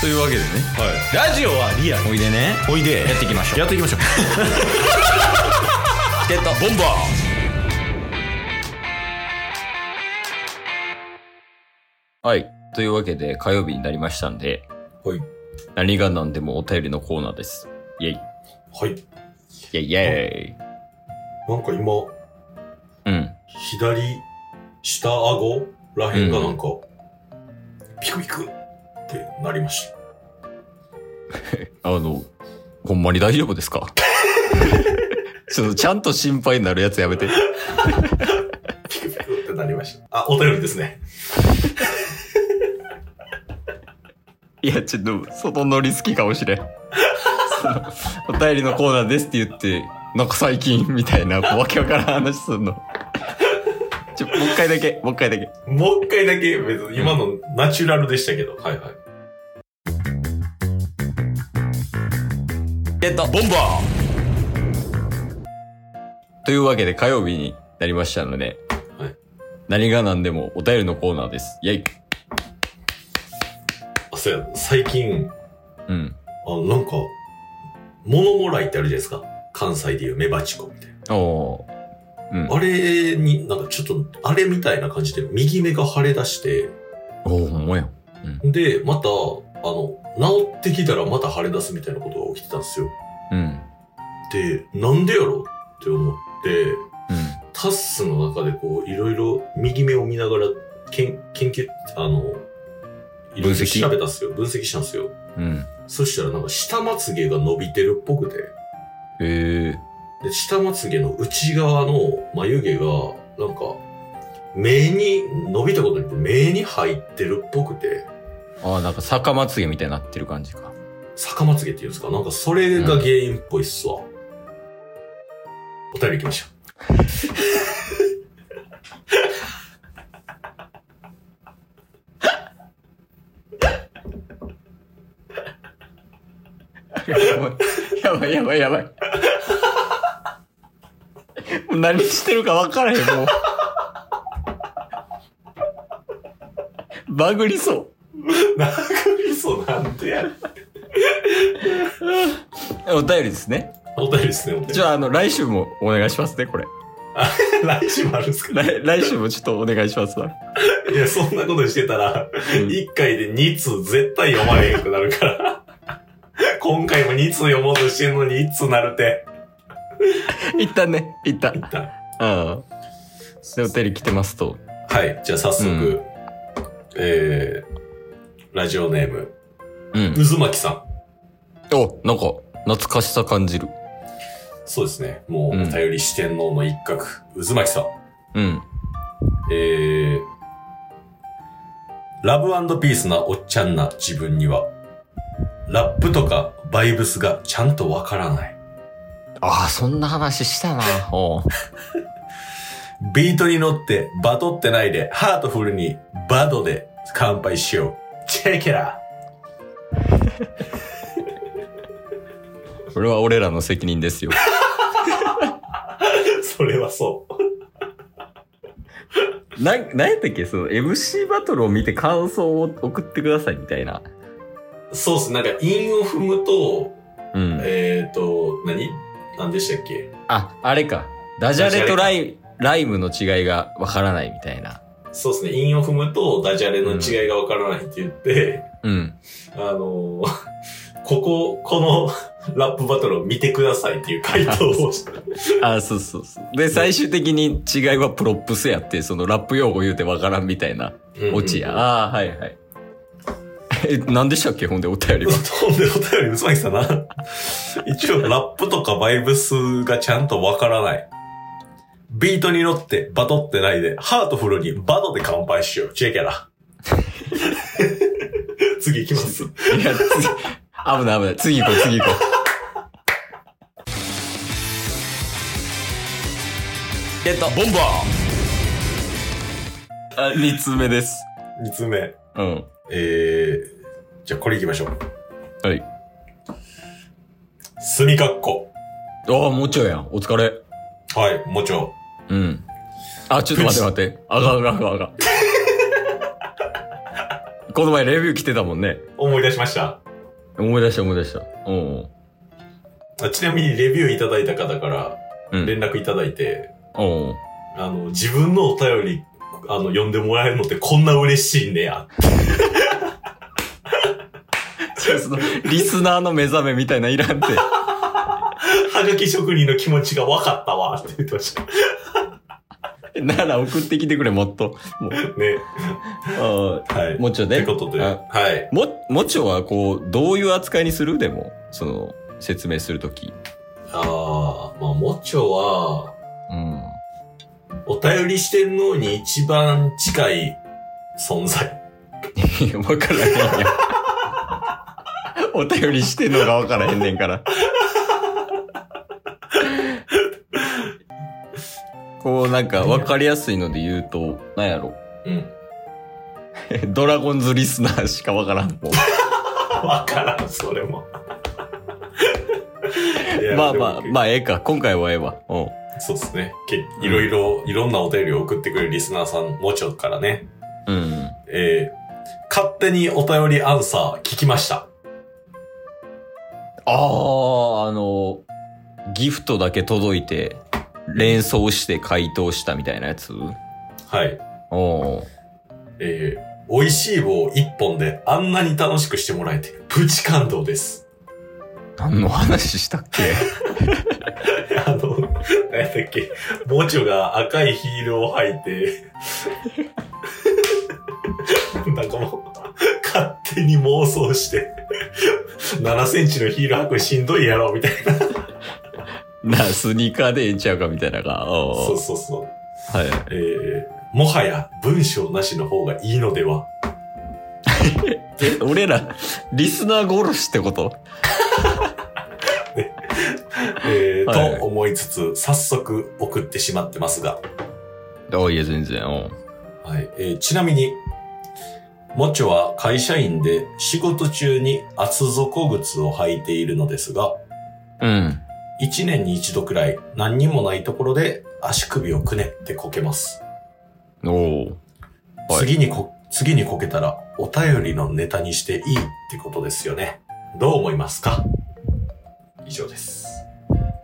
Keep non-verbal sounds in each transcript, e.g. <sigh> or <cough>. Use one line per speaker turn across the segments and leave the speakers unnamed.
というわけでね
ラジオはリアル
おいでね
おいで
やっていきましょう
やっていきましょう
チケットボンバーはいというわけで火曜日になりましたんで
はい
何が何でもお便りのコーナーですイェイ
はい
イェイイェイ
なんか今
うん
左下顎らへんがなんか、ピクピクってなりまし
あのほんまに大丈夫ですか <laughs> ちょっとちゃんと心配になるやつやめて
たピクピクってなりましたあお便りですね
いや、ちょっと、そのノリ好きかもしれん。 <laughs> そのお便りのコーナーですって言って、なんか最近みたいな、こうわけわからん話すんの。ちょ、もう一回だけ、もう一回だけ。
もう一回だけ別に今のナチュラルでしたけどはいはい
えっと、ボンバーというわけで火曜日になりましたので、
はい
何が何でもお便りのコーナーです。イェイ
あそうや最近
うん。
あのなんか物もらいってあるじゃないですか関西でいうメバチコみたいな
おー。うん。
あれになんかちょっとあれみたいな感じで右目が腫れ出して
おー、ほんまや。
で、また、あの、治ってきたらまた腫れ出すみたいなことが起きてたんですよ。
うん。
で、なんでやろって思って、
うん。
タッスの中でこう、いろいろ右目を見ながら、けん研究、あの、い
分
ろいろ
析
調べたんですよ。分析したんですよ。
うん。
そしたらなんか下まつげが伸びてるっぽくて、
えー。
で、下まつげの内側の眉毛が、なんか、目に、伸びたことによって目に入ってるっぽくて、
あー、なんか逆まつげみたいになってる感じか。
逆まつげっていうんですかなんかそれが原因っぽいっすわ。お便り行きましょ。
やばいやばいやばいやばい。もう何してるか分からへん、もう。バグりそう
<laughs> なんかみそなんてや。
う。お便りですね。
お便りですね、お便
じ
り。
ゃあ、あの、来週もお願いしますね、これ。
来週もあるんですか
来来週もちょっとお願いしますわ。
いや、そんなことしてたら、
うん
1回で2通絶対読まれへんくなるから。 <laughs> 今回も2通読もうとしてんのに1通な
<laughs>
るって。
一旦ね、一旦。
いった。
うん。で、お便り来てますと。
はい、じゃあ早速、
うん
えー、ラジオネーム、
うん。
渦巻さん。
お、なんか、懐かしさ感じる。
そうですね、もう
う
お
ん
便り四天王の一角、渦巻さん。
うん。
えー、ラブピースなおっちゃんな自分には、ラップとかバイブスがちゃんとわからない。
ああ、そんな話したな。おう
ビートに乗ってバトってないで、ハートフルにバドで乾杯しよう。チェケラ <laughs>
これは俺らの責任ですよ。
それはそ
な、なんやったっけその MC バトルを見て感想を送ってくださいみたいな。
う。そうっす。なんか、韻を踏むと、
うん。
えっ、ー、と、何何でしたっけ
あ、あれか。ダジャレとライライムの違いがわからないみたいな。
そうですね。韻を踏むと、ダジャレの違いがわからないって言って、
うん。
あの <laughs> ーここ、この <laughs> ラップバトルを見てください <laughs> っていう回答をした。
あ、そうそうそう。で、最終的に違いはプロップスやって、そのラップ用語言うてわからんみたいなオチや。
うん。
ああ、はいはい。え、なんでしたっけほんでお便りは。
ほんで、お便り、うつまきさんな。一応、ラップとかバイブスがちゃんとわからない。ビートに乗ってバトってないで、ハートフルにバドで乾杯しよう。チェキャラ。 <laughs> 次行きます。
いや、次、危ない危ない。次行こう、次行こう。えっと、ボンバーあ、二つ目です。
三つ目。
うん。
えー、じゃあこれ行きましょう。
はい。
すみかっこ。
ああ、もうちょいやん。お疲れ。
はい、もちろ
うん。あ、ちょっと待って待って。あがあがあがあが。この前レビュー来てたもんね。
思い出しました。
思い出した思い出した。うん
あちなみにレビューいただいた方から
うん。うん。
連絡いただいて、
おう
あの、自分のお便り、あの、読んでもらえるのってこんな嬉しいねや。
<laughs>
<laughs>
そうその、リスナーの目覚めみたいないらんって。
はがき職人の気持ちが分かったわって言ってました。ね。
なら送って <laughs> きてくれ、もっと。もう、あ
はい。
ーもちょ
とい
ね
う。ことで、
あ
はい。
も、もちょは、こう、どういう扱いにするでも、その、説明するとき。
あー、まあ、もっちょは、
うん。
お便りしてんのに一番近い存在。
いやわからへんやん。お便りしてんのがわからへんねんから。こう、なんか、わかりやすいので言うと、なんやろ。
うん。 <laughs>
ドラゴンズリスナーしかわからん。もう
わからん、それも。 <laughs> いや
まあまあ、
でも
まあ、ええか。今回はええわ。うん。
そうですね。けいろいろ、いろんなお便りを送ってくれるリスナーさん、もちょからね。
うん。
えー、勝手にお便りアンサー聞きました。
ああ、あの、ギフトだけ届いて、連想して回答したみたいなやつ
はい。
おう
えー、美味しい棒一本であんなに楽しくしてもらえて、プチ感動です。 <laughs>
何の話したっ <laughs> け
あの、何だっけ、もちょが赤いヒールを履いて、 <laughs> なんかもう、勝手に妄想して、7センチのヒール履くのしんどいやろ、みたい
な、
な。
スニーカーでええんちゃうかみたいなのが。おう
そうそうそう。
はい。
えーもはや文章なしの方がいいのでは
え、俺ら、リスナー殺しってこと
えー
はい
と思いつつ、早速送ってしまってますが。
あいや、全然。おう
はい。えーちなみに、もちょは会社員で仕事中に厚底靴を履いているのですが、
うん。
一年に一度くらい何にもないところで足首をくねってこけます。
おうはい
次にこ、次にこけたらお便りのネタにしていいってことですよね。どう思いますか以上です。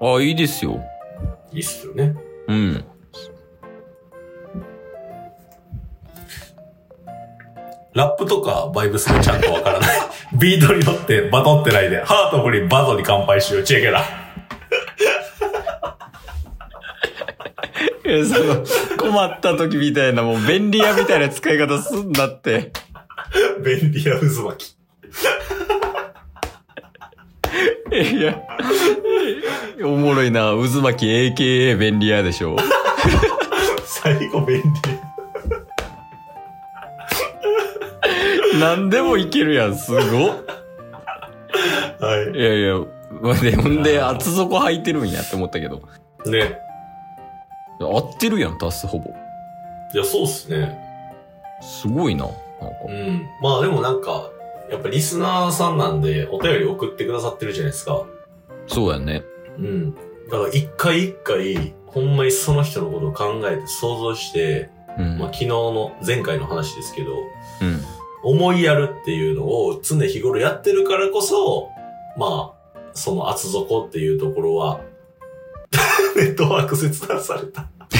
あいいですよ。
いいっすよね。
うん。
ラップとかバイブスがちゃんとわ <laughs> からない。ビートに乗ってバトってないで、ハートフリーバトに乾杯しよう。チェケラ。
え、その、困った時みたいな、もう便利屋みたいな使い方すんなって。
便利や渦巻き。
いや、おもろいな。渦巻き AKA 便利屋でしょ。
最後便利。
何でもいけるやん、すごっ。
はい
やいや、まあでほんで、厚底履いてるんやって思ったけど。
い。ね。
合ってるやん、足すほぼ。
いや、そうっすね。
すごいな。なんか。
うん。まあでもなんか、やっぱリスナーさんなんで、お便り送ってくださってるじゃないですか。
そうやね。
うん。だから一回一回、ほんまにその人のことを考えて想像して、
うん。
まあ昨日の前回の話ですけど、
うん。
思いやるっていうのを常日頃やってるからこそ、まあ、その厚底っていうところは、 <laughs> ネットワーク切断された。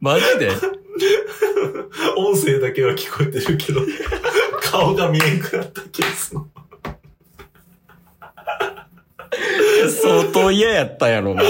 マジで
音声だけは聞こえてるけど、顔が見えんくなったケースの。
相当嫌やったやろな。